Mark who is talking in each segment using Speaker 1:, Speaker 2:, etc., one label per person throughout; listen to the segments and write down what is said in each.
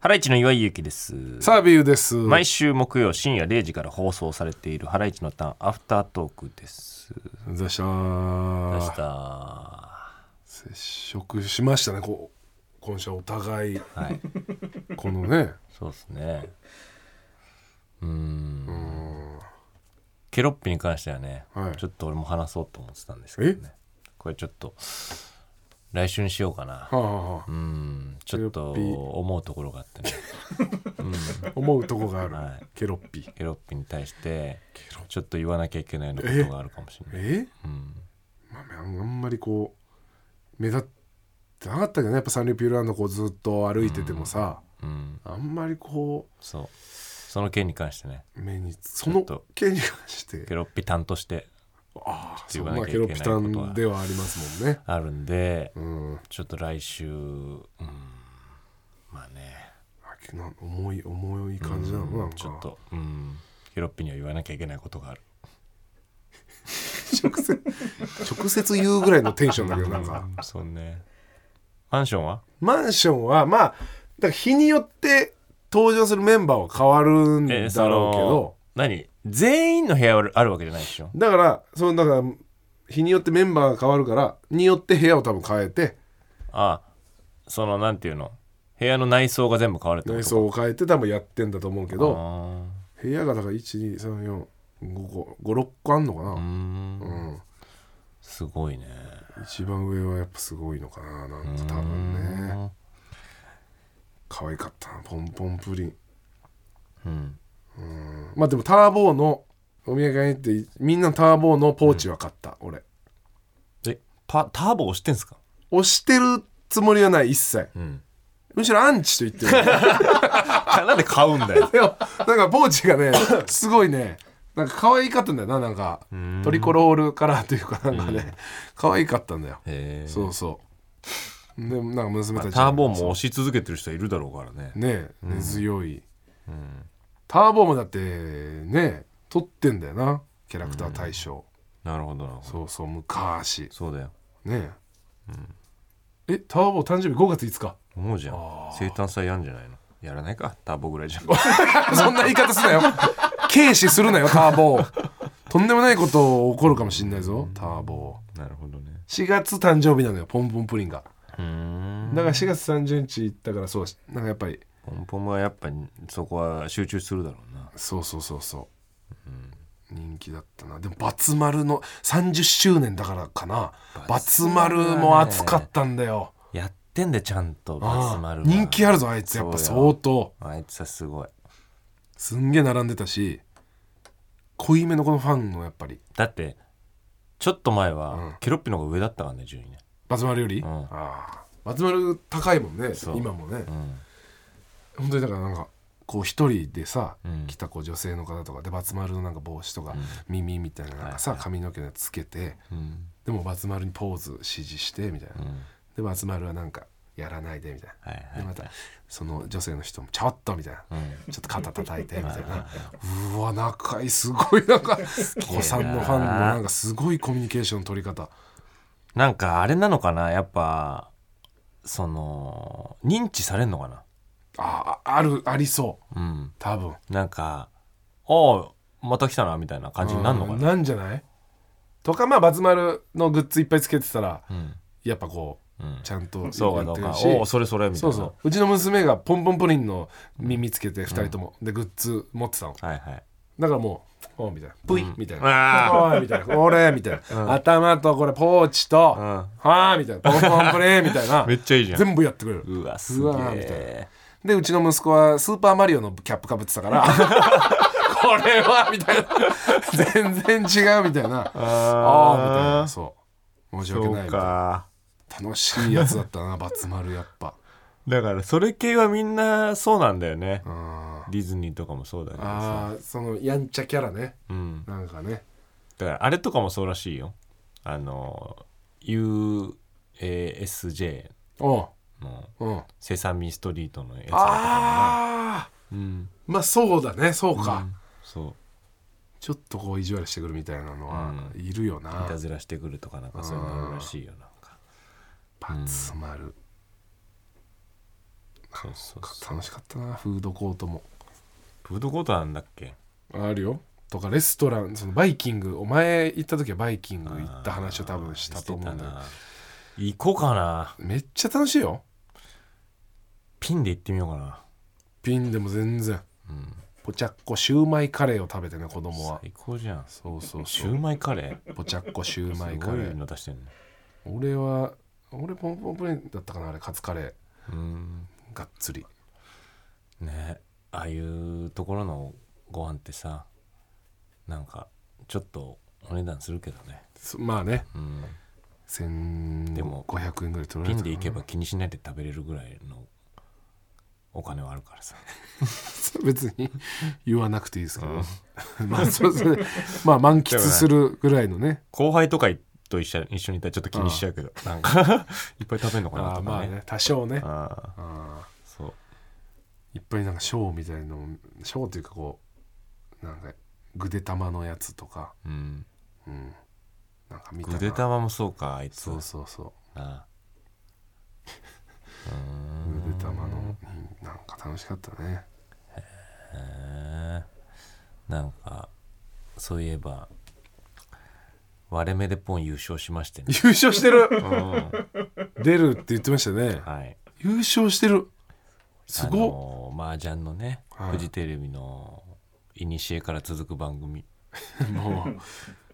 Speaker 1: ハライチの岩井ゆきです。
Speaker 2: サービューです。
Speaker 1: 毎週木曜深夜0時から放送されているハライチのターンアフタートークです。
Speaker 2: ざしゃ
Speaker 1: 明
Speaker 2: ー。
Speaker 1: 日、は
Speaker 2: 接触しましたね。こう今週はお互い
Speaker 1: い、
Speaker 2: この ね。
Speaker 1: そうですね。うーん。ケロッピに関してはね、
Speaker 2: はい
Speaker 1: ちょっと俺も話そうと思ってたんですけどね。これちょっと来週にしようかな。
Speaker 2: はあ、はあ
Speaker 1: うーん、ちょっと
Speaker 2: ケロッピ
Speaker 1: 思うところがあって ね。
Speaker 2: はあ、思うとこがある。
Speaker 1: はい
Speaker 2: ケロッピ。
Speaker 1: ケロッピに対して
Speaker 2: ケロ
Speaker 1: ちょっと言わなきゃいけないようなことがあるかもしれない。
Speaker 2: え？
Speaker 1: うん
Speaker 2: まああんあんまりこう目立ってなかったけどね。やっぱサンリオピューロランドこうずっと歩いててもさ、
Speaker 1: うん、
Speaker 2: あんまりこ
Speaker 1: そう。その件に関してね。
Speaker 2: う目にその
Speaker 1: ちょっと
Speaker 2: 件に関して
Speaker 1: ケ、ロッピ担として
Speaker 2: ああ、
Speaker 1: ち
Speaker 2: そ
Speaker 1: ょ
Speaker 2: う
Speaker 1: っと言わ
Speaker 2: まあ
Speaker 1: なきゃい
Speaker 2: ケ
Speaker 1: けな
Speaker 2: ロ
Speaker 1: い
Speaker 2: ピ
Speaker 1: こと
Speaker 2: タ
Speaker 1: は
Speaker 2: ンではありますもんね。
Speaker 1: あるんで、
Speaker 2: うん。
Speaker 1: ちょっと来週、うん、まあね、
Speaker 2: あけな重い重い感じなの、なんか。
Speaker 1: ちょっと、うん、ケロッピには言わなきゃいけないことがある。
Speaker 2: 直接直接言うぐらいのテンションだけどなんか
Speaker 1: うんそうね。マンションは
Speaker 2: マンションはまあだから日によって登場するメンバーは変わるんだ
Speaker 1: えー
Speaker 2: ろうけど、
Speaker 1: 何全員の部屋はあるわけじゃないでしょ。
Speaker 2: だからそのだから日によってメンバーが変わるからによって部屋を多分変えて
Speaker 1: あその、なんていうの部屋の内装が全部変わるってこと
Speaker 2: 内装を変えて多分やってんだと思うけど
Speaker 1: あ
Speaker 2: 部屋がだから1234556個あんのかな、
Speaker 1: ーうーん
Speaker 2: うん
Speaker 1: すごいね。
Speaker 2: 一番上はやっぱすごいのかななんか多分ね可愛かったなポンポンプリン
Speaker 1: うん。
Speaker 2: まあでもターボーのお土産屋に行ってみんなターボーのポーチは買った、俺
Speaker 1: え、パターボ押してんすか
Speaker 2: 押してるつもりはない一切
Speaker 1: うん。
Speaker 2: むしろアンチと言ってる
Speaker 1: なんで買うんだよ。
Speaker 2: で もなんかポーチがねすごいねなんか可愛かったんだよななんかトリコロールカラーというかなんかね、可愛かったんだよ、
Speaker 1: へえ。
Speaker 2: そうそうでなんか娘たち
Speaker 1: ターボも押し続けてる人はいるだろうからね。
Speaker 2: ね根強い、ターボーもだってね取ってんだよなキャラクター大賞、
Speaker 1: なるほどなるほど。
Speaker 2: そうそう昔
Speaker 1: そうだよ。
Speaker 2: ねえ、えターボ誕生日5月5日
Speaker 1: 思うじゃん。生誕祭やんじゃないのやらないか。ターボぐらいじゃん。
Speaker 2: そんな言い方すなよ軽視するなよターボとんでもないこと起こるかもしんないぞターボ
Speaker 1: なるほどね。
Speaker 2: 4月誕生日なのよポンポンプリンが
Speaker 1: うーん。
Speaker 2: だから4月30日行ったからそうなんかやっぱり
Speaker 1: ポンポンはやっぱりそこは集中するだろうな。
Speaker 2: そうそうそうそう、人気だったなでも「バツ丸の30周年だからかな「バツ丸も熱かったんだよ
Speaker 1: やってんでちゃんとバス
Speaker 2: あ
Speaker 1: 丸
Speaker 2: あ
Speaker 1: は
Speaker 2: 人気あるぞあいつやっぱ
Speaker 1: そうよ
Speaker 2: 相当
Speaker 1: あいつはすごい。
Speaker 2: すんげえ並んでたし濃いめのこのファンのやっぱり
Speaker 1: だって、ちょっと前はケロッピの方が上だったからね、順位ね。
Speaker 2: 松丸より、
Speaker 1: ん
Speaker 2: ああ松丸高いもんね
Speaker 1: そう
Speaker 2: 今もね、
Speaker 1: うん。
Speaker 2: 本当にだからなんかこう一人でさ、
Speaker 1: うん
Speaker 2: 来たこう女性の方とかで松丸のなんか帽子とか耳みたいななんかさ、髪の毛のやつつけて
Speaker 1: うん。
Speaker 2: でも松丸にポーズ指示してみたいな、
Speaker 1: うん。
Speaker 2: で松丸はなんかやらないでみたいな、
Speaker 1: はいはい
Speaker 2: でまたその女性の人もちょっとみたいな、ちょっと肩叩いてみたいなうわ仲いいすごいなん かお子さんのファンのなんかすごいコミュニケーションの取り方
Speaker 1: なんかあれなのかなやっぱ、その、認知されんのかな
Speaker 2: あああるありそう
Speaker 1: うん。
Speaker 2: 多分
Speaker 1: なんか、おうまた来たな、みたいな感じになるのか
Speaker 2: う
Speaker 1: な。
Speaker 2: んじゃないとかまあ松丸のグッズいっぱいつけてたら
Speaker 1: うん。
Speaker 2: やっぱこう、
Speaker 1: うん
Speaker 2: ちゃんとやって
Speaker 1: そうか、そう
Speaker 2: る
Speaker 1: か。
Speaker 2: し
Speaker 1: おうそれそれ、みたい
Speaker 2: そう
Speaker 1: な。
Speaker 2: そううちの娘がポンポンプリンの耳つけて2人とも、でグッズ持ってたの
Speaker 1: はいはい。
Speaker 2: だからもう「おうみたいな「ぷい」みたいな
Speaker 1: あ
Speaker 2: おい みたいな、俺みたいな、頭とこれポーチと、はあみたいな、ポンポンプレーみたい な、
Speaker 1: めっちゃいいじゃん
Speaker 2: 全部やってくれる。
Speaker 1: うわ、す
Speaker 2: う
Speaker 1: げ
Speaker 2: わーみたい
Speaker 1: え。
Speaker 2: で、うちの息子はスーパーマリオのキャップかぶってたから、これはみたいな、 全然違うみたいな、ああーみたいな、そう、申し 訳
Speaker 1: そ
Speaker 2: ないうみたいな
Speaker 1: か。
Speaker 2: 楽しいやつだったな、バ ツ丸やっぱ。
Speaker 1: だから、それ系はみんなそうなんだよね。
Speaker 2: あ
Speaker 1: ディズニーとかもそうだけどさ。
Speaker 2: あー、そのやんちゃキャラね、
Speaker 1: うん。
Speaker 2: なんかね、
Speaker 1: だから、あれとかもそうらしいよ。あの、UASJ
Speaker 2: おう
Speaker 1: の
Speaker 2: うん。
Speaker 1: セサミストリートのやつとか
Speaker 2: ああ、
Speaker 1: もね。うん。
Speaker 2: まあそうだね、そうか。
Speaker 1: そう。
Speaker 2: ちょっとこう意地悪してくるみたいなのはいるよな、
Speaker 1: いたずらしてくるとかなんかそういうのあるらしいよなんか
Speaker 2: パツ丸、
Speaker 1: そうそうそう
Speaker 2: 楽しかったなフードコートも
Speaker 1: フードコートなんだっけ
Speaker 2: あるよとかレストランそのバイキングお前行った時はバイキング行った話を多分したと思うんだけ
Speaker 1: け
Speaker 2: ど
Speaker 1: ど行こうかな
Speaker 2: めっちゃ楽しいよ
Speaker 1: ピンで行ってみようかな
Speaker 2: ピンでも全然
Speaker 1: うん
Speaker 2: ポチャッコシューマイカレーを食べてね子供は
Speaker 1: 最高じゃん
Speaker 2: そうそう
Speaker 1: シ
Speaker 2: そ
Speaker 1: ュー
Speaker 2: う
Speaker 1: マイカレ
Speaker 2: ポチャッコシュ
Speaker 1: ー
Speaker 2: ーマイ
Speaker 1: す
Speaker 2: カレ
Speaker 1: ごい
Speaker 2: ー
Speaker 1: の出してるね
Speaker 2: 俺は俺ポンポンプレーンだったかなあれカツカレー
Speaker 1: うん
Speaker 2: がっつり
Speaker 1: ねああいうところのご飯ってさなんかちょっとお値段するけどね、
Speaker 2: そまあね
Speaker 1: うん、でも
Speaker 2: 1500円ぐらい取ら
Speaker 1: ピ
Speaker 2: れた
Speaker 1: ンで行けば気にしないで食べれるぐらいのお金はあるからさ
Speaker 2: 別に言わなくていいですけど、 まあそうですねまあ満喫するぐらいのね
Speaker 1: 後輩とかと一緒一緒にいたらちょっと気にしちゃうけどなんか いっぱい食べるのかな
Speaker 2: あ
Speaker 1: と
Speaker 2: ーま
Speaker 1: か
Speaker 2: あ
Speaker 1: ね
Speaker 2: ね多少ね
Speaker 1: ああ
Speaker 2: あ
Speaker 1: そう
Speaker 2: ーいっぱいなんかショーみたいのショーというかこうなんかぐで玉のやつとか
Speaker 1: うん
Speaker 2: うんなんか見たな
Speaker 1: ぐで玉もそうかあいつ
Speaker 2: そうそうそう
Speaker 1: ああうーん
Speaker 2: ぐで玉のうんなんか楽しかったね
Speaker 1: へえなんかそういえば割れ目で ポン優勝しましてね、
Speaker 2: 優勝してる
Speaker 1: うん
Speaker 2: 出るって言ってましたね
Speaker 1: はい
Speaker 2: 優勝してるす
Speaker 1: あ
Speaker 2: ごっ
Speaker 1: のー麻雀のね、
Speaker 2: はい
Speaker 1: フジテレビの古から続く番組
Speaker 2: もう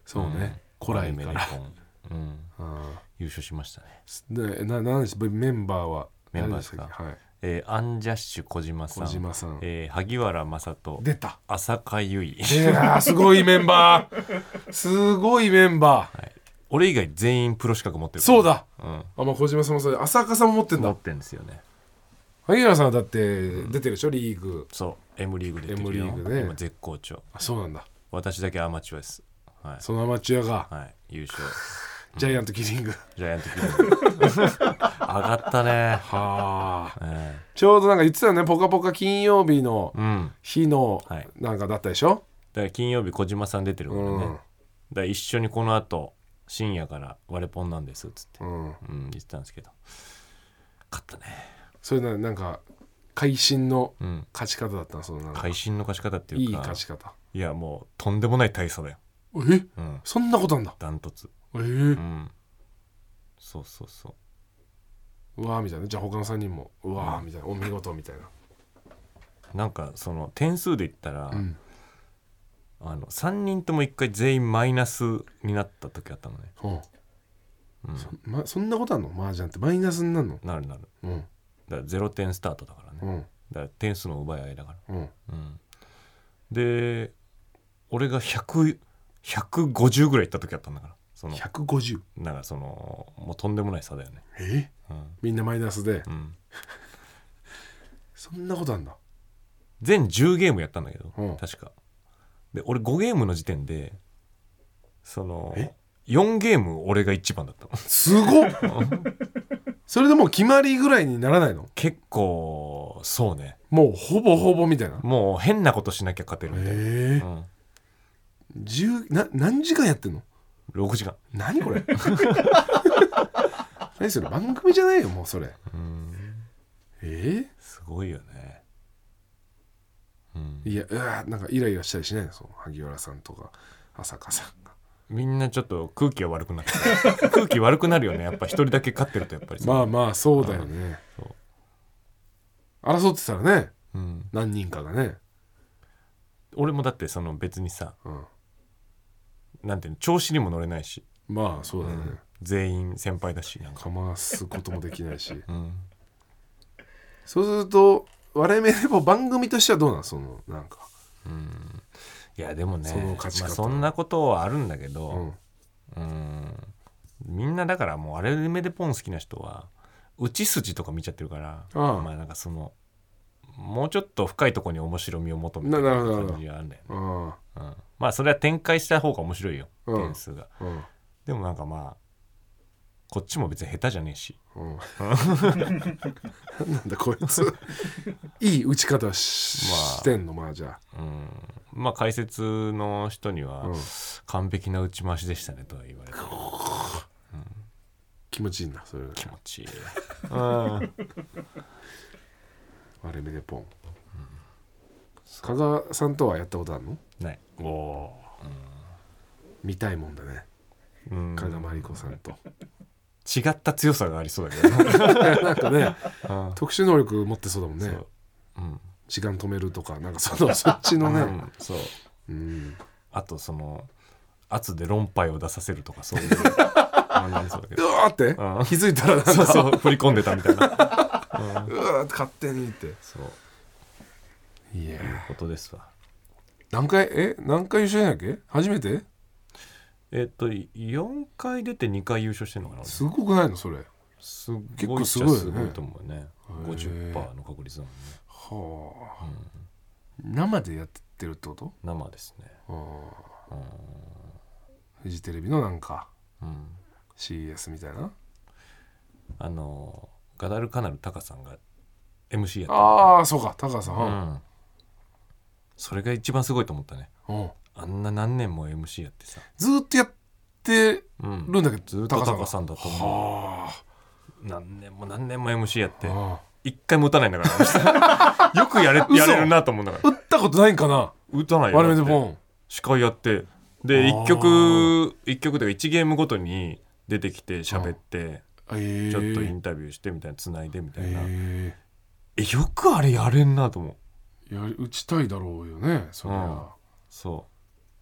Speaker 2: そうね、古
Speaker 1: 割
Speaker 2: 来か
Speaker 1: れ目で
Speaker 2: ら
Speaker 1: ポン、うん、
Speaker 2: うん
Speaker 1: 優勝しましたね
Speaker 2: でななんでしたメンバーは
Speaker 1: メンバーですか
Speaker 2: 誰したっけはい
Speaker 1: えーアンジャッシュ小島さん
Speaker 2: 小島さん
Speaker 1: えー萩原正人
Speaker 2: 出 た
Speaker 1: 浅香唯衣
Speaker 2: いやーすごいメンバーすごいメンバー
Speaker 1: はい、俺以外全員プロ資格持ってる
Speaker 2: そう、だ
Speaker 1: うん、
Speaker 2: あ、まあ、小島さんもそうだ浅香さんも持ってん
Speaker 1: 持
Speaker 2: だ
Speaker 1: ってるんですよね
Speaker 2: 萩原さんはだって出てるでしょリーグ
Speaker 1: そう M リーグで
Speaker 2: M リーグで
Speaker 1: 今絶好調
Speaker 2: あそうなんだ
Speaker 1: 私だけアマチュアです。は
Speaker 2: そのアマチュアが
Speaker 1: い。はい、優勝。
Speaker 2: ジャイアントキリングは
Speaker 1: ジャイアントキリング。 上がったね。
Speaker 2: あ
Speaker 1: え
Speaker 2: ちょうどなんか言ってたよね「ぽかぽか」金曜日の
Speaker 1: えうん。だ
Speaker 2: 日の
Speaker 1: はい
Speaker 2: なんかだったでしょ、
Speaker 1: から金曜日小島さん出てるからね。
Speaker 2: う
Speaker 1: だ
Speaker 2: ん
Speaker 1: から一緒にこの後深夜から割れポンなんですっつって、
Speaker 2: うん
Speaker 1: うん、言ってたんですけど。勝ったね。
Speaker 2: それななんか会心の
Speaker 1: うん。
Speaker 2: 勝ち方だったのそのなんか
Speaker 1: 会心の勝ち方って
Speaker 2: い
Speaker 1: いう
Speaker 2: い
Speaker 1: か。
Speaker 2: 勝ち方
Speaker 1: いやもうとんでもない大差だよ。
Speaker 2: え
Speaker 1: うん。
Speaker 2: そんなことなんだ
Speaker 1: ダントツ。
Speaker 2: ええ
Speaker 1: うん。そうそうそう。
Speaker 2: うわーみたいなじゃあ他の3人もうわーみたいなお見事みたいな
Speaker 1: なんかその点数で言ったら、
Speaker 2: うん
Speaker 1: あの3人とも1回全員マイナスになった時あったのね、
Speaker 2: うん
Speaker 1: うん、
Speaker 2: そ,、ま、そんなことあんの麻雀ってマイナスになるの
Speaker 1: なるなる
Speaker 2: うん
Speaker 1: だから0点スタートだからね
Speaker 2: う
Speaker 1: だか
Speaker 2: ん
Speaker 1: ら点数の奪い合いだか
Speaker 2: うん
Speaker 1: ら、うん、で俺が100 150ぐらいいった時あったんだからその
Speaker 2: 150
Speaker 1: なんかそのもうとんでもない差だよね
Speaker 2: え
Speaker 1: うん、
Speaker 2: みんなマイナスで
Speaker 1: うん、
Speaker 2: そんなことあんだ
Speaker 1: 全10ゲームやったんだけど、
Speaker 2: うん
Speaker 1: 確かで俺5ゲームの時点でその
Speaker 2: え
Speaker 1: 4ゲーム俺が一番だった の
Speaker 2: すごっそれでもう決まりぐらいにならないの
Speaker 1: 結構そうね
Speaker 2: もうほぼほぼみたいな
Speaker 1: もう変なことしなきゃ勝てるみたいな、
Speaker 2: ええ
Speaker 1: うん、
Speaker 2: 十な何時間やってんの
Speaker 1: 6時間
Speaker 2: 何これ 何それ番組じゃないよもうそれえ
Speaker 1: すごいよね、うん
Speaker 2: え、いやうわなんかイライラしたりしないのその萩原さんとか朝香さんが
Speaker 1: みんなちょっと空気が悪くなって る空気悪くなるよねやっぱ一人だけ勝ってるとやっぱり
Speaker 2: まあ
Speaker 1: あ
Speaker 2: まあそうだよね
Speaker 1: そう
Speaker 2: 争ってたらね
Speaker 1: うん、
Speaker 2: 何人かがね、
Speaker 1: 俺もだってその別にさ
Speaker 2: うん、
Speaker 1: なんていうの調子にも乗れないし、
Speaker 2: まあそうだね、
Speaker 1: うん全員先輩だしなんか、
Speaker 2: かますこともできないし
Speaker 1: うん、
Speaker 2: そうすると我々も番組としてはどうなんそのなんか、
Speaker 1: いやでもね
Speaker 2: その勝ち方
Speaker 1: まあ、そんなことはあるんだけ
Speaker 2: う
Speaker 1: ど、
Speaker 2: ん、
Speaker 1: うんみんなだからもうあれ目でポン好きな人は内筋とか見ちゃってるから
Speaker 2: ああ
Speaker 1: まあなんかそのもうちょっと深いところに面白みを求めてる
Speaker 2: ななるほどなるほど
Speaker 1: 感じがあるんだよね
Speaker 2: あ
Speaker 1: うんまあそれは展開した方が面白いよ、
Speaker 2: うん
Speaker 1: 点数が
Speaker 2: あうん
Speaker 1: でもなんかまあこっちも別に下手じゃねえし
Speaker 2: うん なんだこいついい打ち方し,、
Speaker 1: まあ
Speaker 2: てんのまあじゃ
Speaker 1: うんまあ解説の人に
Speaker 2: あ、
Speaker 1: は
Speaker 2: うん、
Speaker 1: 完璧な打ち回しでしたねとは言われて
Speaker 2: 気持ちいいんだそれが
Speaker 1: 気持ちいい、うん、
Speaker 2: 割れ目でポン、加賀さんとはやったことあるの
Speaker 1: ない
Speaker 2: おお見たいもんだね
Speaker 1: うん
Speaker 2: 加賀まりこさんと
Speaker 1: 違った強さがありそうだけどね
Speaker 2: なん かね
Speaker 1: うん
Speaker 2: 特殊能力持ってそうだもん
Speaker 1: そ
Speaker 2: ね
Speaker 1: ううん
Speaker 2: 時間止めるとかなんかそのそっちの
Speaker 1: う
Speaker 2: ね
Speaker 1: んそう
Speaker 2: うん
Speaker 1: あとその圧で論敗を出させるとかそういう あんなんそうだけ
Speaker 2: う
Speaker 1: ど
Speaker 2: わーって
Speaker 1: うん
Speaker 2: 気づいたらなんか
Speaker 1: そうそう振り込んでたみたいな
Speaker 2: うわーって勝手にって
Speaker 1: そういう
Speaker 2: いやー
Speaker 1: ことですわ
Speaker 2: 何回え何回優勝やんやっけ初めて
Speaker 1: えっと4回出て2回優勝してんのかな
Speaker 2: すごくないのそれは
Speaker 1: すごい
Speaker 2: 結構
Speaker 1: っち
Speaker 2: す
Speaker 1: ゃ
Speaker 2: ごいよね
Speaker 1: すごいと思うね
Speaker 2: へえ
Speaker 1: 50%の確率だもんね
Speaker 2: あ、生でやってるってこと
Speaker 1: 生ですね
Speaker 2: ああフジテレビのなんか
Speaker 1: うん
Speaker 2: CS みたいな
Speaker 1: あのガダルカナルタカさんが MC やった
Speaker 2: ああそうか高橋さ、
Speaker 1: うんんそれが一番すごいと思ったね
Speaker 2: うん
Speaker 1: あんな何年も MC やってさ、
Speaker 2: ずーっとやって
Speaker 1: うん
Speaker 2: るんだけど
Speaker 1: ずっとタカさんだと思
Speaker 2: は
Speaker 1: う何年も何年も MC やって
Speaker 2: あ
Speaker 1: 一回も打たないんだからあの人 よくやれ
Speaker 2: 嘘
Speaker 1: やれるなと思うんだから
Speaker 2: 打ったことないんかな
Speaker 1: 打たないよ
Speaker 2: 割れ目で
Speaker 1: だ
Speaker 2: ポ
Speaker 1: って
Speaker 2: ン
Speaker 1: 司会やってで
Speaker 2: あー
Speaker 1: 一曲一曲というか1ゲームごとに出てきて喋って
Speaker 2: ええ
Speaker 1: ちょっとインタビューしてみたいな繋いでみたいな
Speaker 2: え
Speaker 1: えよくあれやれんなと思う
Speaker 2: えやり打ちたいだろうよねそれ
Speaker 1: うん
Speaker 2: は、
Speaker 1: そ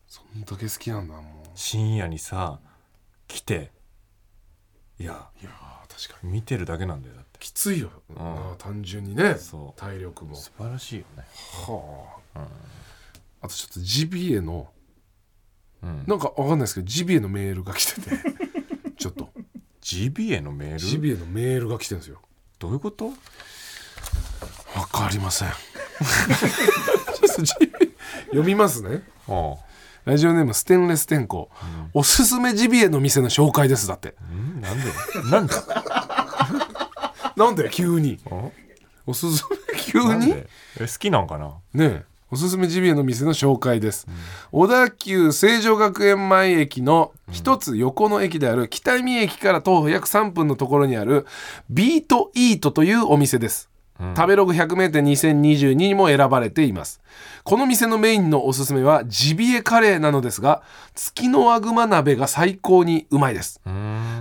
Speaker 2: そんだけ好きなんだも
Speaker 1: う深夜にさ来ていや
Speaker 2: ういやー確かに
Speaker 1: 見てるだけなんだよだって
Speaker 2: きついよ、
Speaker 1: ん
Speaker 2: ああ単純にね
Speaker 1: そう
Speaker 2: 体力も
Speaker 1: 素晴らしいよね
Speaker 2: はあ、あとちょっとジビエの
Speaker 1: うん
Speaker 2: なんかわかんないですけどジビエのメールが来 ててちょっと
Speaker 1: ジビエのメー
Speaker 2: ジ
Speaker 1: ル
Speaker 2: ビエのメールが来てるんですよ
Speaker 1: どういうこと
Speaker 2: わかりませんちょっとジビエ読みますね
Speaker 1: あ
Speaker 2: ラジオネームステンレス天候、おすすめジビエの店の紹介ですだって
Speaker 1: あんなんで なんで
Speaker 2: なんで急に
Speaker 1: あ
Speaker 2: おすすめ急
Speaker 1: なん
Speaker 2: に
Speaker 1: でえ好きなんかな
Speaker 2: ねえおすすめジビエの店の紹介です、小田急成城学園前駅の一つ横の駅である北見駅から徒歩約3分のところにあるビートイートというお店です、
Speaker 1: うん
Speaker 2: 食べログ百名店2022にも選ばれていますこの店のメインのおすすめはジビエカレーなのですが月のワグマ鍋が最高にうまいです
Speaker 1: うー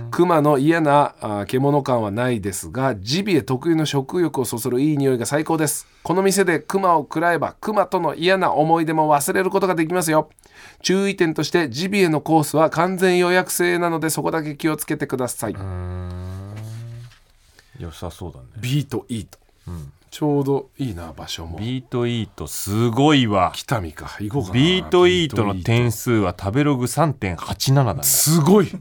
Speaker 1: ん
Speaker 2: 熊の嫌なあー獣感はないですがジビエ特有の食欲をそそるいい匂いが最高ですこの店で熊を食らえば熊との嫌な思い出も忘れることができますよ注意点としてジビエのコースは完全予約制なのでそこだけ気をつけてください、
Speaker 1: うーん良さそうだね
Speaker 2: ビートイート、
Speaker 1: ん
Speaker 2: ちょうどいいな場所も
Speaker 1: ビートイートすごいわ
Speaker 2: 北見か行こうかな
Speaker 1: ビートイートの
Speaker 2: ビー
Speaker 1: 点数は食べログ3.87だね
Speaker 2: すごい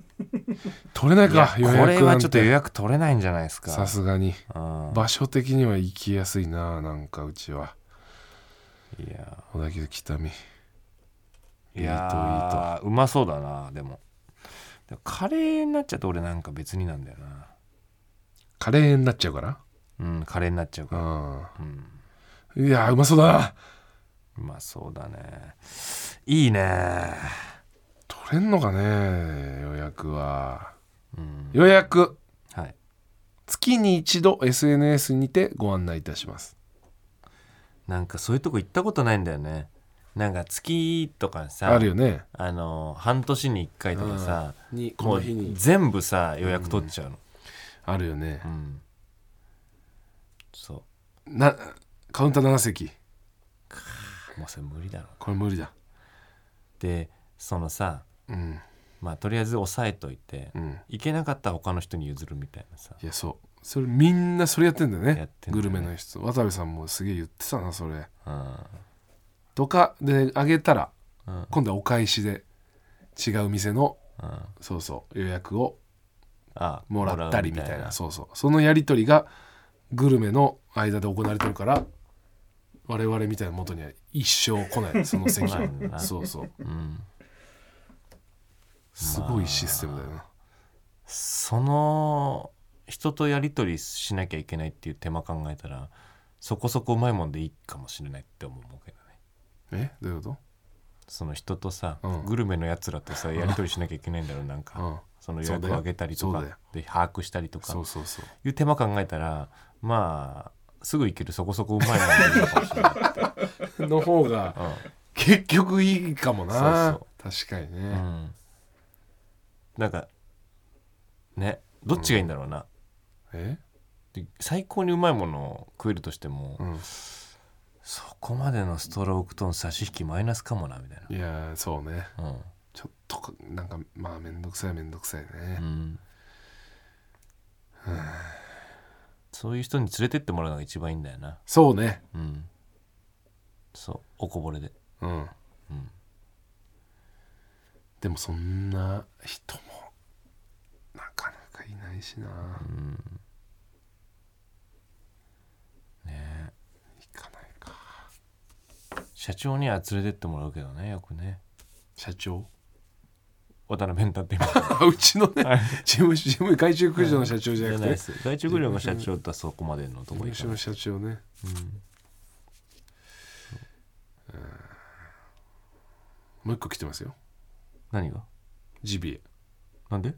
Speaker 2: 取れないか
Speaker 1: い
Speaker 2: 予
Speaker 1: やこ
Speaker 2: 約
Speaker 1: れ
Speaker 2: な
Speaker 1: は
Speaker 2: ん
Speaker 1: ちょっと予
Speaker 2: て
Speaker 1: 約取れないんじゃないですか
Speaker 2: さすがに
Speaker 1: うん
Speaker 2: 場所的には行きやすいななんかうちはい
Speaker 1: や
Speaker 2: 小田急北見
Speaker 1: いやーうまそうだなでもでもカレーになっちゃうと俺なんか別になんだよな
Speaker 2: カレーになっちゃうから
Speaker 1: うんカレーになっちゃうから
Speaker 2: うん、いやーうまそうだな
Speaker 1: うまそうだねいいね
Speaker 2: 取れんのかね予約は
Speaker 1: うん
Speaker 2: 予約
Speaker 1: はい
Speaker 2: 月に一度 SNS にてご案内いたします
Speaker 1: なんかそういうとこ行ったことないんだよねなんか月とかさ
Speaker 2: あるよね
Speaker 1: あの半年に1回とかさ、
Speaker 2: に
Speaker 1: もう全部さ予約取っちゃうの
Speaker 2: あるよね
Speaker 1: うん、そ
Speaker 2: なカウンター7席
Speaker 1: うもうそれ無理だろ
Speaker 2: これ無理だ
Speaker 1: でそのさ
Speaker 2: うん
Speaker 1: まあとりあえず押さえといて、
Speaker 2: うん
Speaker 1: 行けなかったら他の人に譲るみたいなさ
Speaker 2: いやそうそれみんなそれやってんだよね
Speaker 1: やってんだ
Speaker 2: グ
Speaker 1: よね
Speaker 2: ルメの人渡部さんもすげえ言ってたなそれ
Speaker 1: う
Speaker 2: とかであげたら
Speaker 1: んうん
Speaker 2: 今度はお返しで違う店の
Speaker 1: うん
Speaker 2: そうそう予約を
Speaker 1: あ
Speaker 2: もらったりみたいな
Speaker 1: もらう
Speaker 2: そうそうそのやり取りがグルメの間で行われてるから我々みたいな元には一生来ないそ の席
Speaker 1: 来ないんだな
Speaker 2: そうそう
Speaker 1: うん
Speaker 2: すごいシステムだよな、
Speaker 1: その人とやり取りしなきゃいけないっていう手間考えたらそこそこうまいもんでいいかもしれないって思うけどね
Speaker 2: えどういうこ
Speaker 1: その人とさ、
Speaker 2: うん
Speaker 1: グルメのやつらとさやり取りしなきゃいけないんだろうなん
Speaker 2: と、
Speaker 1: か、
Speaker 2: うん、
Speaker 1: その予約を上げたりと
Speaker 2: そう
Speaker 1: か
Speaker 2: だよ
Speaker 1: で把握したりと
Speaker 2: そ
Speaker 1: か
Speaker 2: うそうそう
Speaker 1: いう手間考えたらまあすぐいけるそこそこうまいものがいるかもしれない、
Speaker 2: の方が結局いいかもな確かに
Speaker 1: う
Speaker 2: ね、
Speaker 1: ん、なんかねどっちがいいんだろうな、
Speaker 2: え、
Speaker 1: で最高にうまいものを食えるとしても、
Speaker 2: うん、
Speaker 1: そこまでのストロークとの差し引きマイナスかもなみたい
Speaker 2: いやーそうね
Speaker 1: な、うん
Speaker 2: ちょっとかなんかまあめんどくさいめんどくさいね、
Speaker 1: うんそういう人に連れてってもらうのが一番いいんだよな
Speaker 2: そうね
Speaker 1: うんそうおこぼれで
Speaker 2: うん、でもそんな人もなかなかいないしな、
Speaker 1: ね
Speaker 2: 行かないか
Speaker 1: 社長には連れてってもらうけどねよくね
Speaker 2: 社長
Speaker 1: 渡辺に立って 今
Speaker 2: あうちのね事務所事務外注駆除の社長じ
Speaker 1: じ
Speaker 2: ゃ
Speaker 1: ゃ
Speaker 2: なく
Speaker 1: ない
Speaker 2: て、
Speaker 1: です外注グルーの社長とはそこまでのと
Speaker 2: 事
Speaker 1: こい
Speaker 2: 務
Speaker 1: か
Speaker 2: 所
Speaker 1: な
Speaker 2: の
Speaker 1: い
Speaker 2: 社長ね
Speaker 1: うん
Speaker 2: もう一個来てますよ
Speaker 1: 何が
Speaker 2: ジビエ
Speaker 1: なんで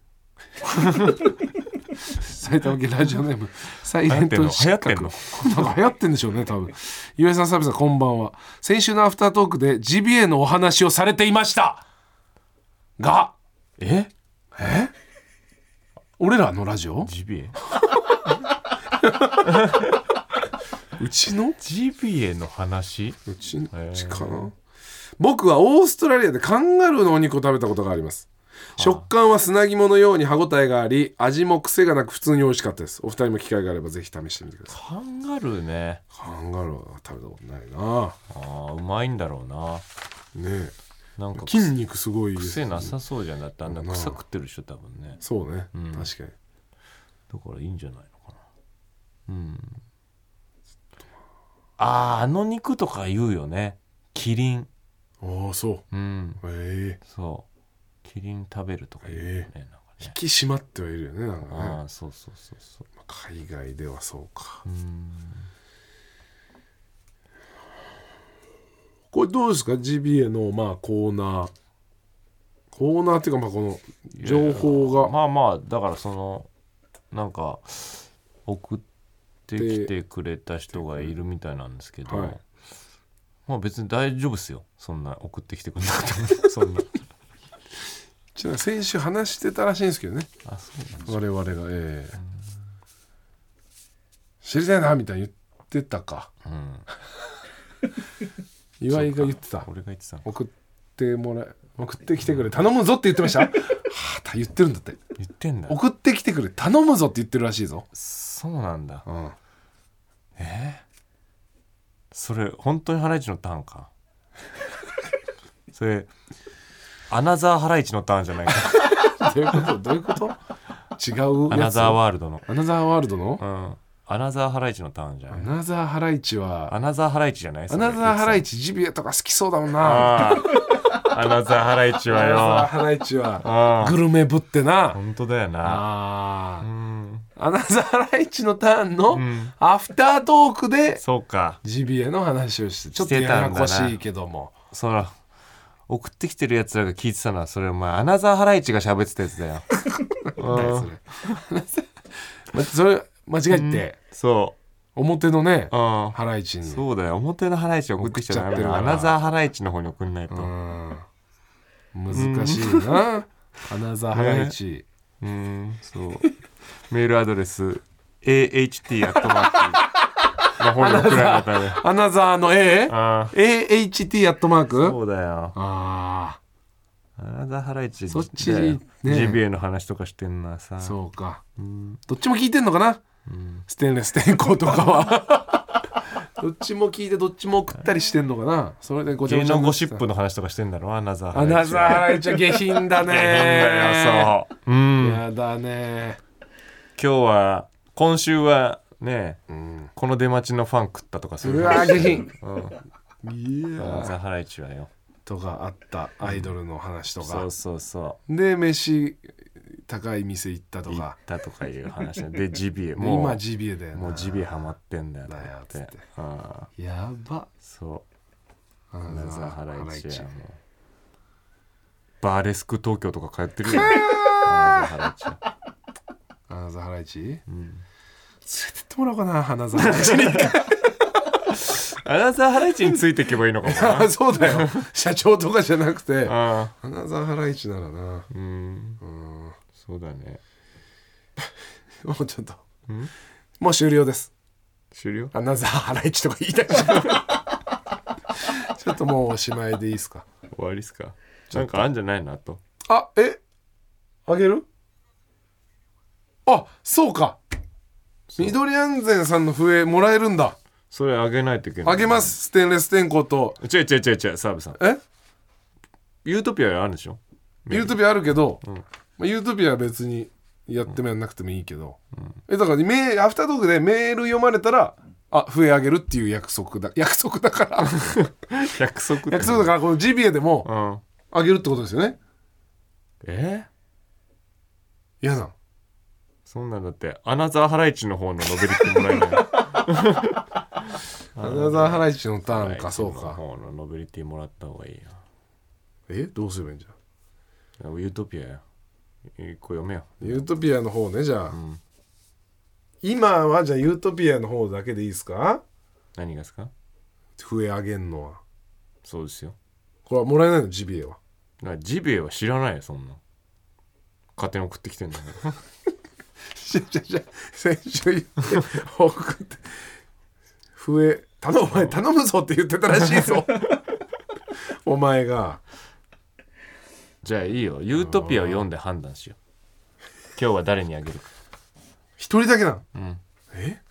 Speaker 2: 埼玉県ラジオネームサイ
Speaker 1: 流
Speaker 2: レ
Speaker 1: 行っ
Speaker 2: ン
Speaker 1: てん
Speaker 2: ト
Speaker 1: の流行ってんの
Speaker 2: のなんか流行ってんでしょうね多分岩井さん澤部さんこんばんは先週のアフタートークでジビエのお話をされていましたが
Speaker 1: え
Speaker 2: 俺らのラジオ
Speaker 1: ジビエ
Speaker 2: うちの
Speaker 1: ジビエの話
Speaker 2: うちの
Speaker 1: へー
Speaker 2: ちかな僕はオーストラリアでカンガルーのお肉を食べたことがあります食感は砂肝のように歯ごたえがあり味も癖がなく普通に美味しかったですお二人も機会があればぜひ試してみてください
Speaker 1: カンガルーね
Speaker 2: カンガルーは食べたことないな
Speaker 1: ああうまいんだろうな
Speaker 2: ね
Speaker 1: なんか
Speaker 2: え筋肉すごいです
Speaker 1: 癖なさそうじゃなってあんな草食ってるでしょ多分ね
Speaker 2: そうね、
Speaker 1: ん
Speaker 2: 確かに
Speaker 1: だからいいんじゃないのかなうんあーあの肉とか言うよねキリン
Speaker 2: ああそう
Speaker 1: うん
Speaker 2: ええ
Speaker 1: そうキリン食べるとか言うよね、
Speaker 2: え
Speaker 1: なんか
Speaker 2: 引
Speaker 1: ね
Speaker 2: き締まってはいるよねなんかね
Speaker 1: ああそうそうそうそう
Speaker 2: まあ海外ではそうか
Speaker 1: うん
Speaker 2: これどうですかジビエのまあコーナーコーナーっていうかまあこの情報が
Speaker 1: まあまあだからそのなんか送ってきてくれた人がいるみたいなんですけど、
Speaker 2: はい
Speaker 1: まあ別に大丈夫っすよそんな送ってきてくれなく てもそんな
Speaker 2: ちなみに先週話してたらしいんですけどね
Speaker 1: あそうなんだ
Speaker 2: 我々がええ知りたいなみたいに言ってたか
Speaker 1: うん
Speaker 2: 岩井が言ってた
Speaker 1: 俺が言ってたの
Speaker 2: 送ってもらえ送ってきてくれ頼むぞって言ってました はあ言ってるんだって
Speaker 1: 言ってんだ
Speaker 2: 送ってきてくれ頼むぞって言ってるらしいぞ
Speaker 1: そうなんだ
Speaker 2: うん
Speaker 1: それ本当にハライチのターン かそれアナザーハライチのターン じゃないか
Speaker 2: どういうことどういうこと違う
Speaker 1: ア
Speaker 2: や
Speaker 1: ナ
Speaker 2: つ
Speaker 1: ザーワールドの
Speaker 2: アナザーワールドの
Speaker 1: うんアナザーハライチのターンじゃ
Speaker 2: ア
Speaker 1: ない
Speaker 2: ナザーハライチ
Speaker 1: ア
Speaker 2: は
Speaker 1: ナザーハライチじゃない
Speaker 2: アナザーハライ
Speaker 1: チ
Speaker 2: チジビエとか好きそうだもんな
Speaker 1: ああアナザーハライチ
Speaker 2: ア
Speaker 1: は
Speaker 2: ナザー
Speaker 1: よ
Speaker 2: ハライチは
Speaker 1: うん
Speaker 2: グルメぶってな
Speaker 1: 本当だよなう
Speaker 2: あ
Speaker 1: ん
Speaker 2: ーアナザーハライチのターンの
Speaker 1: うん
Speaker 2: アフタートークで
Speaker 1: そうか
Speaker 2: ジビエの話をしてちょっと
Speaker 1: してた
Speaker 2: やや
Speaker 1: んだな
Speaker 2: こしいけども
Speaker 1: そら送ってきてるやつらが聞いてたのはそれお前アナザーハライチが喋ってたやつだよ
Speaker 2: 何それ まそれ間違えて
Speaker 1: そ
Speaker 2: 表のね
Speaker 1: ううん
Speaker 2: ハライチに
Speaker 1: そうだよ表のハライチ送ってきちゃダメ
Speaker 2: 送っち
Speaker 1: だ
Speaker 2: ゃって
Speaker 1: ア
Speaker 2: るから
Speaker 1: ナザーハライチの方に送んないと、
Speaker 2: うん難しいなアナザーハライチ
Speaker 1: うーん、そう。メールアドレス、aht アットマークの方に送られたね。
Speaker 2: アナザーの A?
Speaker 1: ああ、
Speaker 2: AHT アットマーク
Speaker 1: そうだよ。
Speaker 2: あ
Speaker 1: アナザーハライチ、
Speaker 2: そっち
Speaker 1: だよ
Speaker 2: ね
Speaker 1: GBA の話とかしてんなさ。
Speaker 2: あそうか
Speaker 1: うん。
Speaker 2: どっちも聞いてんのかな
Speaker 1: うん。
Speaker 2: ステンレス天候とかは どっちも聞いてどっちも送ったりしてんのかなそれでごちゃ
Speaker 1: 芸
Speaker 2: ごちゃ
Speaker 1: 能
Speaker 2: にな
Speaker 1: ゴ
Speaker 2: って
Speaker 1: シ
Speaker 2: た
Speaker 1: ップの話とかしてんだろ、アナザーハ
Speaker 2: ア
Speaker 1: ラ
Speaker 2: ナ
Speaker 1: イチ。
Speaker 2: ザーハライチは下品だね
Speaker 1: いやいいんだよ、そう。うん。今
Speaker 2: やだね
Speaker 1: 日は、今週はね、
Speaker 2: うん
Speaker 1: この出待ちのファン食ったとかす
Speaker 2: う
Speaker 1: る。
Speaker 2: わ下品
Speaker 1: うん。
Speaker 2: い
Speaker 1: アナザ
Speaker 2: や
Speaker 1: ーハライチはよ。
Speaker 2: とかあったアイドルの話と
Speaker 1: そ
Speaker 2: か
Speaker 1: うそうそう。
Speaker 2: で飯高い店行ったと
Speaker 1: 行
Speaker 2: か
Speaker 1: ったとかいう話で GBA
Speaker 2: で
Speaker 1: もう
Speaker 2: 今ジビエだよな
Speaker 1: もうジビエハマってんだよ
Speaker 2: だよ
Speaker 1: って
Speaker 2: つって
Speaker 1: ああ
Speaker 2: やば
Speaker 1: そう
Speaker 2: ア
Speaker 1: ナザーハ
Speaker 2: ナ
Speaker 1: ライチ
Speaker 2: ザー
Speaker 1: や
Speaker 2: ハ
Speaker 1: もうバーレスク東京とか通ってるよナザーハライチや
Speaker 2: アナザーハライチ
Speaker 1: うん
Speaker 2: てってもらおうかな花 沢ハライチ
Speaker 1: アナザーハライチについていけばいいのかもな
Speaker 2: に そうだ よ社長とかじゃなくて
Speaker 1: あ
Speaker 2: 花沢ハライチならな
Speaker 1: あうん
Speaker 2: うん
Speaker 1: そうだね
Speaker 2: もうちょっと
Speaker 1: ん
Speaker 2: もう終了です
Speaker 1: 終了
Speaker 2: アナザーハライチとか言いたいし ちょっともうおしまいでいいですか
Speaker 1: 終わりっすかなんかあんじゃないなと
Speaker 2: あえあげるあそうか緑安全さんの笛もらえるんだ
Speaker 1: それあげないといけない
Speaker 2: あげますステンレス天候と
Speaker 1: 違う違う違う違う澤部さん
Speaker 2: え
Speaker 1: ユートピアあるんでしょ
Speaker 2: ユートピアあるけど、
Speaker 1: ん
Speaker 2: まあ、ユートピアは別にやってもやんなくてもいいけど、えだからメーアフタートークでメール読まれたらあ笛あげるっていう約束だ 約束だから
Speaker 1: 約束って
Speaker 2: 約束だからこのジビエでも
Speaker 1: うん
Speaker 2: あげるってことですよね
Speaker 1: え
Speaker 2: 嫌なの
Speaker 1: そんなんだってアナザーハライチの方のノベリティもらえ ない
Speaker 2: アナザーハライチのタ
Speaker 1: な
Speaker 2: ーンかそうか
Speaker 1: 方のノベリティもらった方がいいよ
Speaker 2: えどうすればいいんじゃん
Speaker 1: ユートピアや一個読めよ
Speaker 2: ユートピアの方ねじゃあ、今はじゃあユートピアの方だけでいいですか
Speaker 1: 何がですか
Speaker 2: 笛あげんのは
Speaker 1: そうですよ
Speaker 2: これはもらえないのジビエは
Speaker 1: だからジビエは知らないよそんな勝手に送ってきてんだから
Speaker 2: じゃじゃじゃ先週言って 送って笛頼むお前頼むぞって言ってたらしいぞ お前が
Speaker 1: じゃあいいよユートピアを読んで判断しよう今日は誰にあげるか
Speaker 2: 一人だけなの
Speaker 1: うん
Speaker 2: え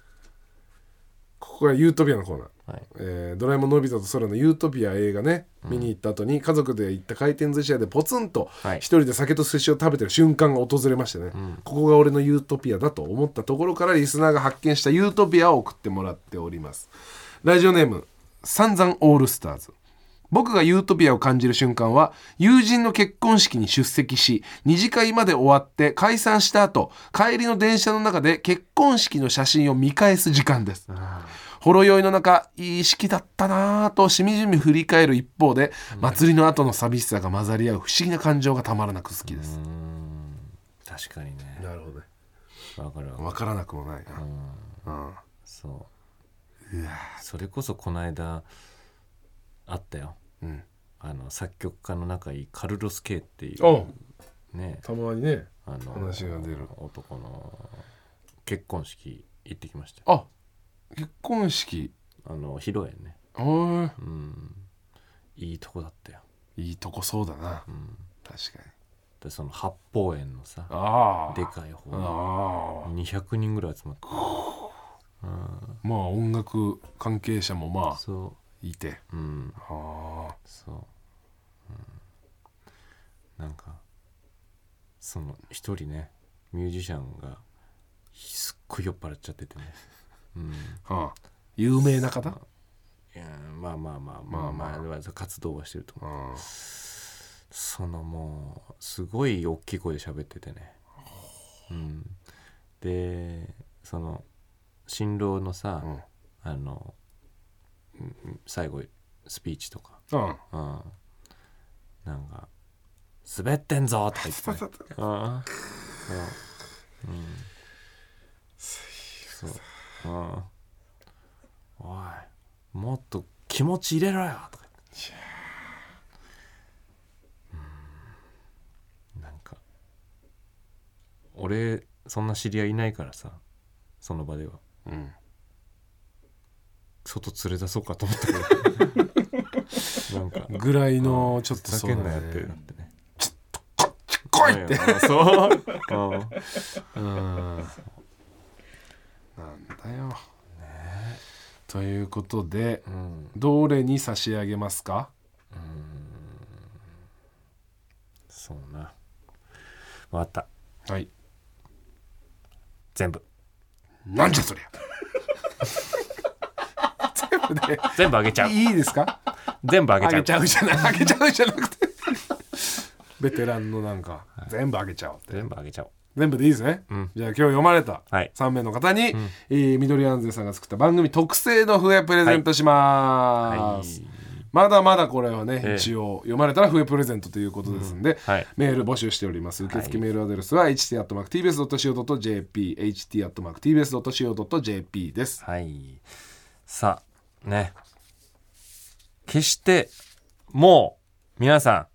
Speaker 2: ここがユートピアのコーナー
Speaker 1: はい
Speaker 2: えードラえもんのび太と空のユートピア映画ね、見に行った後に家族で行った回転寿司屋でポツンと
Speaker 1: はい
Speaker 2: 一人で酒と寿司を食べてる瞬間が訪れましてね、ここが俺のユートピアだと思ったところからリスナーが発見したユートピアを送ってもらっておりますラジオネーム散々オールスターズ僕がユートピアを感じる瞬間は友人の結婚式に出席し二次会まで終わって解散した後帰りの電車の中で結婚式の写真を見返す時間ですほろ酔いの中いい式だったなぁとしみじみ振り返る一方で、祭りの後の寂しさが混ざり合う不思議な感情がたまらなく好きです
Speaker 1: う、ーん確かにね
Speaker 2: なるほどね
Speaker 1: わかるわかる
Speaker 2: 分からなくもないな、
Speaker 1: そうそれこそこの間あったよ
Speaker 2: うんうん、
Speaker 1: あの作曲家の仲いいカルロス・ケイっていう
Speaker 2: お
Speaker 1: ね
Speaker 2: たまにね
Speaker 1: あの
Speaker 2: 話が出る
Speaker 1: 男の結婚式行ってきましたよ
Speaker 2: あ結婚式
Speaker 1: あの披露宴ね
Speaker 2: おー
Speaker 1: うんいいとこだったよ、
Speaker 2: いいとこそうだな
Speaker 1: うん、
Speaker 2: 確かに
Speaker 1: でその八方園のさ
Speaker 2: あ
Speaker 1: でかい方に
Speaker 2: ああ
Speaker 1: 200人ぐらい集まって
Speaker 2: まあ音楽関係者もまあ
Speaker 1: そ
Speaker 2: いて
Speaker 1: ううん
Speaker 2: あ
Speaker 1: そう、うん、なんかその一人ねミュージシャンがすっごい酔っ払っちゃっててね、うん、い
Speaker 2: あ、はあ、有名な方
Speaker 1: やーまあまあまあ
Speaker 2: ま
Speaker 1: ま
Speaker 2: あ
Speaker 1: あ
Speaker 2: ま
Speaker 1: ま
Speaker 2: あ
Speaker 1: あ、活動はしてると思う
Speaker 2: うん
Speaker 1: そのもうすごい大きい声で喋っててね、うん、でその新郎のさ、
Speaker 2: うん
Speaker 1: あのうんうん最後スピーチとか
Speaker 2: うん
Speaker 1: うんなんか「滑ってんぞ」とか言ってたね、ああうんうんそううんおいもっと気持ち入れろよとか言ってうんなんか俺そんな知り合いいないからさその場では
Speaker 2: うん
Speaker 1: 外連れ出そうかと思ったけどなんか
Speaker 2: ぐらいのちょっと
Speaker 1: ふざ
Speaker 2: そう
Speaker 1: けんな
Speaker 2: だ
Speaker 1: よっ
Speaker 2: ね
Speaker 1: てなってね
Speaker 2: 来いって
Speaker 1: うん そううんうん
Speaker 2: なんだよ。ということで
Speaker 1: うん
Speaker 2: どれに差し上げますか
Speaker 1: そうなわかった
Speaker 2: はい
Speaker 1: 全部
Speaker 2: なんじゃ そりゃ全部で
Speaker 1: 全部あげちゃう
Speaker 2: いいですか
Speaker 1: 全部あげ
Speaker 2: あ
Speaker 1: ちゃ
Speaker 2: げ
Speaker 1: う
Speaker 2: ちゃうじゃ なあげちゃうじゃなくて ベテランのなんか全部あげちゃおうって
Speaker 1: 全部あげちゃおう
Speaker 2: 全部でいいですね、
Speaker 1: ん
Speaker 2: じゃあ今日読まれた
Speaker 1: はい
Speaker 2: 3名の方に、えー緑安全さんが作った番組特製の笛プレゼントします、
Speaker 1: はい
Speaker 2: まだまだこれはね、
Speaker 1: ええ
Speaker 2: 一応読まれたら笛プレゼントということですんで、
Speaker 1: はい
Speaker 2: メール募集しております受付メールアドレスは ht.tbs.co.jp ht.tbs.co.jp です
Speaker 1: はいさあね決してもう皆さん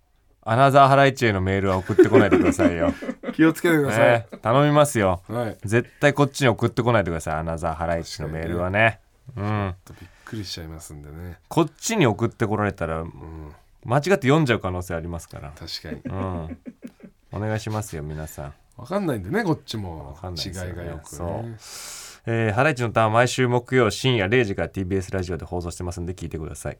Speaker 1: アナザーハライチへのメールは送ってこないでくださいよ、
Speaker 2: 気をつけ てください、
Speaker 1: ね、頼みますよ
Speaker 2: はい
Speaker 1: 絶対こっちに送ってこないでくださいアナザーハライチのメールはねうん
Speaker 2: びっくりしちゃいますんでね
Speaker 1: こっちに送ってこられたら間違って読んじゃう可能性ありますから
Speaker 2: 確かに
Speaker 1: うんお願いしますよ皆さん
Speaker 2: わかんないんでねこっちも
Speaker 1: わかんない
Speaker 2: 違
Speaker 1: で
Speaker 2: い
Speaker 1: すよね
Speaker 2: がよく
Speaker 1: そう「
Speaker 2: ね
Speaker 1: えーハライチのターン」毎週木曜深夜0時から TBS ラジオで放送してますんで聞いてください